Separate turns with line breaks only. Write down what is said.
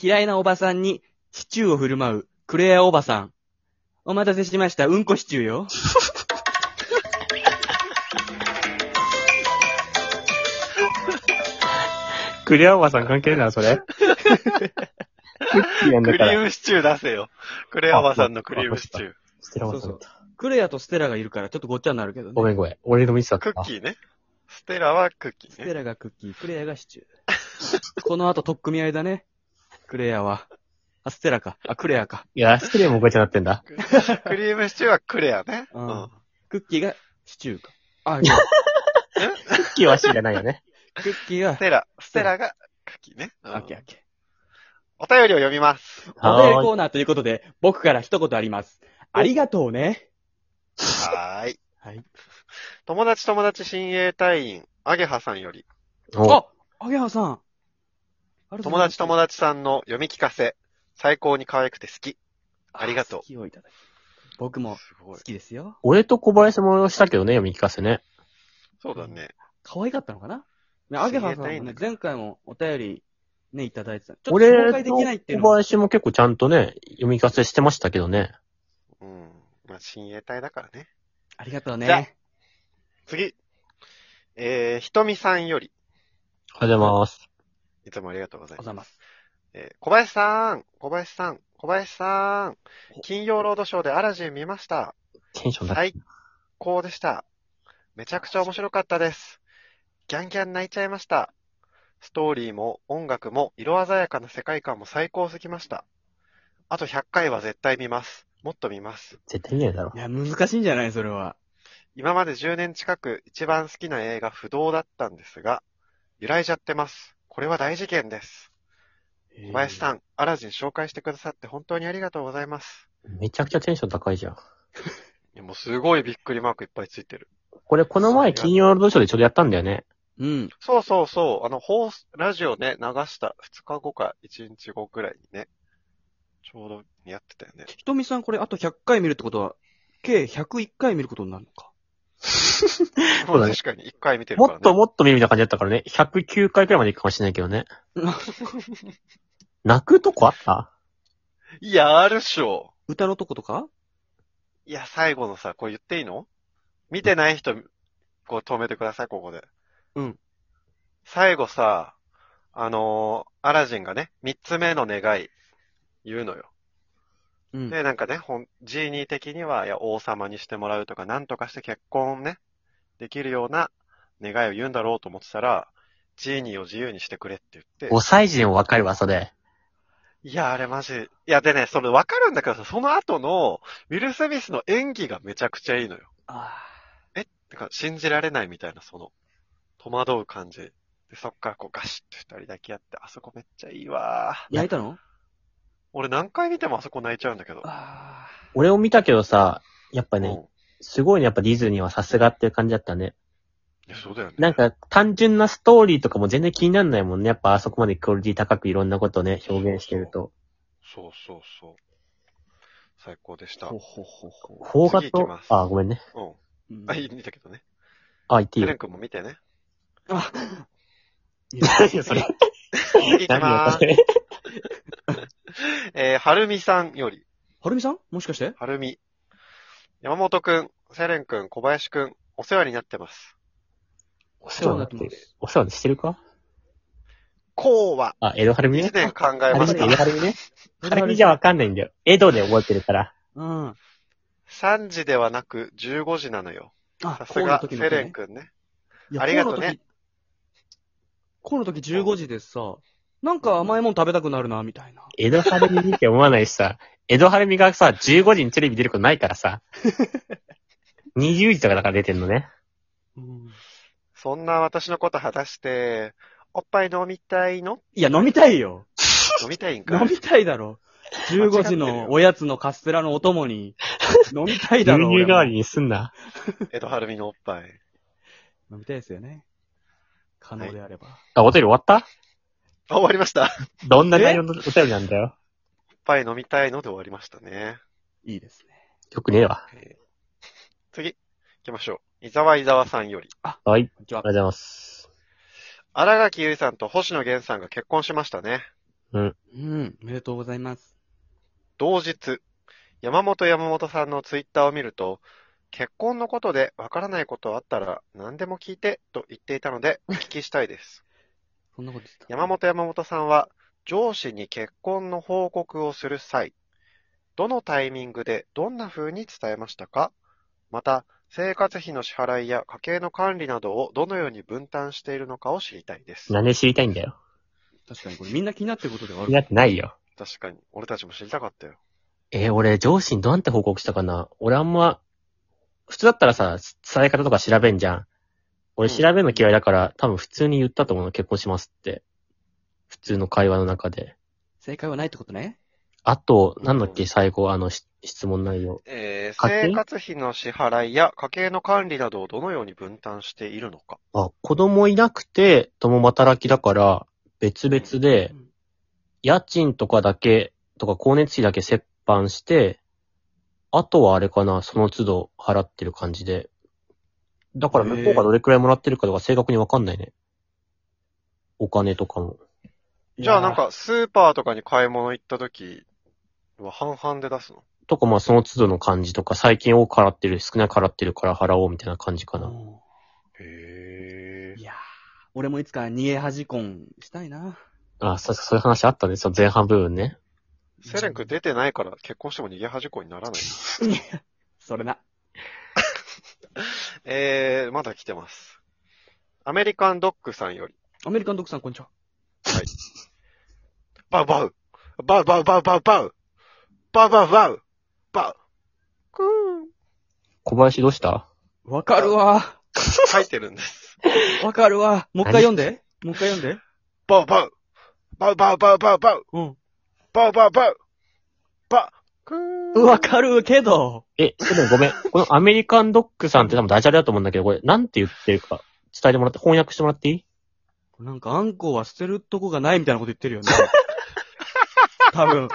嫌いなおばさんに、シチューを振る舞う、クレアおばさん。お待たせしました、うんこシチューよ。
クリアおばさん関係ないな、それ。クッキーなん
ク
だ
リ
から。
ームシチュー出せよ。クレアバさんのクリームシチュー。
ステラおばさんだった
クレアとステラがいるから、ちょっとごっちゃになるけど
ご
ね。
めんごめん。俺のミスだっ
ク
た。
ッキーね。ステラはクッキ
ス
ー
テ
ね。
ラがクッキー、クレアがシチュー。この後、とっ組み合いだね。クレアは。あ、ステラか。あ、クレアか。
いや、ステレもごちゃなってんだ。
クリームシチューはクレアね。
う
うんん。
クッキーがシチューか。あ、いや
クッキーは知らないよね。
クッキーが
ス、テラ、ステラがクッキーね。うん
あオッケーオッケー。
お便りを読みます。
お便りコ ー
は
ナーということで、僕から一言あります。ありがとうね。
はーい。
はい。
友達友達親衛隊員、アゲハさんより、
ーいお
あ、あげはさん。ありがとうござい
友
ま
達
す
友達さんの読み聞かせ、最高に可愛くて好き。ありがとう
好きをいただき。僕も
す
好
ごい。
きですよ。
俺と小林もしたけどね、読み聞かせね。
そうだね。
可愛かったのかなね、あげはさんも
知りたいん
ね
だ、
前回もお便りね、いただいてた。ちょっと紹
俺
介で
と
きないっていう
小
のは。
林も結構ちゃんとね、読み聞かせしてましたけどね。
うん。まあ、親衛隊だからね。
ありがとう
じゃあ
ね。
次。えー、ひとみさんより、
おはようございます。
いつもありがとうござい
お
ます。
ざいます。
えー小林さん、小林さん、小林さん
お、
金曜ロードショーでアラジン見ました。
テンション高い。
最高でした。めちゃくちゃ面白かったです。ギャンギャン泣いちゃいました。ストーリーも音楽も色鮮やかな世界観も最高すぎました。あと100回は絶対見ます。もっと見ます。
絶対見ないだろ
い。や、難しいんじゃないそれは。
今まで10年近く一番好きな映画不動だったんですが、揺らいじゃってます。これは大事件です。小林さ
ん。
ん、アラジン紹介してくださって本当にありがとうございます。
めちゃくちゃテンション高いじゃん。
いやもうすごいびっくりマークいっぱいついてる。
これ、この前、金曜ロードショーでちょうどやったんだよね。
うん。
そうそうそう。あの、放送、ラジオね、流した2日後か1日後ぐらいにね、ちょうどやってたよ ね。
ひとみさんこれあと100回見るってことは、計101回見ることになるのか。
も
うだね
確かに1回見てる
も
から
っ
ね。
ともっと見るみたいな感じだったからね。109回くらいまで行くかもしれないけどね。泣くとこあった
いや、あるっしょ。
歌のとことか
いや、最後のさ、これ言っていいの見てない人、こう止めてください、ここで。
うん。
最後さ、あのーアラジンがね、三つ目の願い、言うのよ。
うん。
で、なんかね、ほん、ジーニー的には、いや、王様にしてもらうとか、なんとかして結婚ね、できるような願いを言うんだろうと思ってたら、ジーニーを自由にしてくれって言って、
5歳児でもわかるわ、それ。
いや、あれマジ、いや、でね、それわかるんだけどさ、その後の、ウィル・スミスの演技がめちゃくちゃいいのよ。
あ
てか、信じられないみたいな、その、戸惑う感じ。で、そっからこうガシッと二人抱き合って、あそこめっちゃいいわ
ー泣いたの
俺何回見てもあそこ泣いちゃうんだけど。
ああ。
俺を見たけどさ、やっぱ
うん。
ね、すごいね、やっぱディズニーはさすがっていう感じだったね。
いや、そうだよね。
なんか、単純なストーリーとかも全然気にならないもんね。やっぱあそこまでクオリティ高くいろんなことをね、表現してると。
そうそうそう。最高でした。う
ほ
ん。
ほほほ。
邦画
次行き
と
ます、
あ、ごめんね。
うん
あ、いい、見たけどね。
あ、言ってい
テ
い
レ
よ
ン。君も見てね。
あ、
何よ、それ。
次行き
何
ま
よ、
ー
そ
す。
れ。
えー、はるみさんより、
はるみさんもしかして
はるみ。山本くん、セレンくん、小林くん、お世話になってます。
お世話になって
お世話になってま
る
す。
お世話してるか
こうは、
あ、江戸晴美
一
ね。
年考え
あ
ま
れ
し
ね、
た
江。戸晴美ね。晴美じゃわかんないんだよ。江戸で覚えてるから。
うん。
3時ではなく15時なのよ。
あ
さ、すが、セレンくんね。ありがとうね。
この時15時でさ、なんか甘いもん食べたくなるな、みたいな。
江戸晴美見て思わないしさ、江戸晴美がさ、15時にテレビ出ることないか らさ。20時とかだから出てんのね。
うん
そんな私のこと果たして、おっぱい飲みたいの
いや、飲みたいよ。
飲みたいんか
飲
い
みたいだろ。15時
間違ってる
の
よ
おやつのカステラのお供 に、飲みたい
牛
だろ。
乳代わ
俺
り
も
にすんな。
江戸晴美のおっぱい。
飲みたいですよね。可能であれば。
あ、お便り終わった
あ、終わりました。
どんな内容のお便りなんだよ。
おっぱい飲みたいので終わりましたね。
いいですね。
よくねえわ。
えー次、行きましょう。伊沢伊沢さんより。
はい。あり
こんにちは
がとうございます。
荒垣結衣さんと星野源さんが結婚しましたね。
うん、おめでとうございます。
同日、山本山本さんのツイッターを見ると、結婚のことでわからないことあったら何でも聞いてと言っていたので、お聞きしたいです。
そんなこと言ってた。
山本山本さんは、上司に結婚の報告をする際、どのタイミングでどんな風に伝えましたかまた、生活費の支払いや家計の管理などをどのように分担しているのかを知りたいです。
なんで知りたいんだよ。
確かにこれみんな気になってることではあ
気にな
る。
ってないよ。
確かに、俺たちも知りたかったよ。
えー俺、上司にどうやって報告したかな俺あんま、普通だったらさ、伝え方とか調べんじゃん。俺
うん
調べるの嫌いだから、多分普通に言ったと思うの、結婚しますって。普通の会話の中で。
正解はないってことね。
あと、なんだっ
うん
け、最後、あの、し質問内容。
えー
家計
生活費の支払いや家計の管理などをどのように分担しているのか。
あ、子供いなくて、共働きだから、別々で
う、ん
家賃とかだけ、とか光熱費だけ折半して、あとはあれかな、その都度払ってる感じで。だから向こうがどれくらいもらってるかとか正確にわかんないね。お金とかも。
じゃあなん、か、スーパーとかに買い物行った時は半々で出すの
とかまあその都度の感じとか、最近多く払ってる、少ない払ってるから払おうみたいな感じかな。
お
へ
ーいやー、俺もいつか逃げ恥婚したいな。
あ、そうそうそういう話あったね、その前半部分ね。
セレン君出てないから結婚しても逃げ恥こいにならない。
それな。
えー、まだ来てます。アメリカンドッグさんより。
アメリカンドッグさん、こんにちは。
バウバウバウバウバウバウバウバウバウバウバウくーん
小林どうした
わかるわ
書いてるんです。
ー。わかるわー。もう一回読んで。もう一回読んで。
バウバウバウバウバウバウバウ
うん。
バウバウバウバウくーん
わかるけど。
え、セレンごめん。このアメリカンドッグさんって多分ダジャレだと思うんだけど、これなんて言ってるか伝えてもらって、翻訳してもらっていい
なんか、あんこは捨てるとこがないみたいなこと言ってるよね。多分。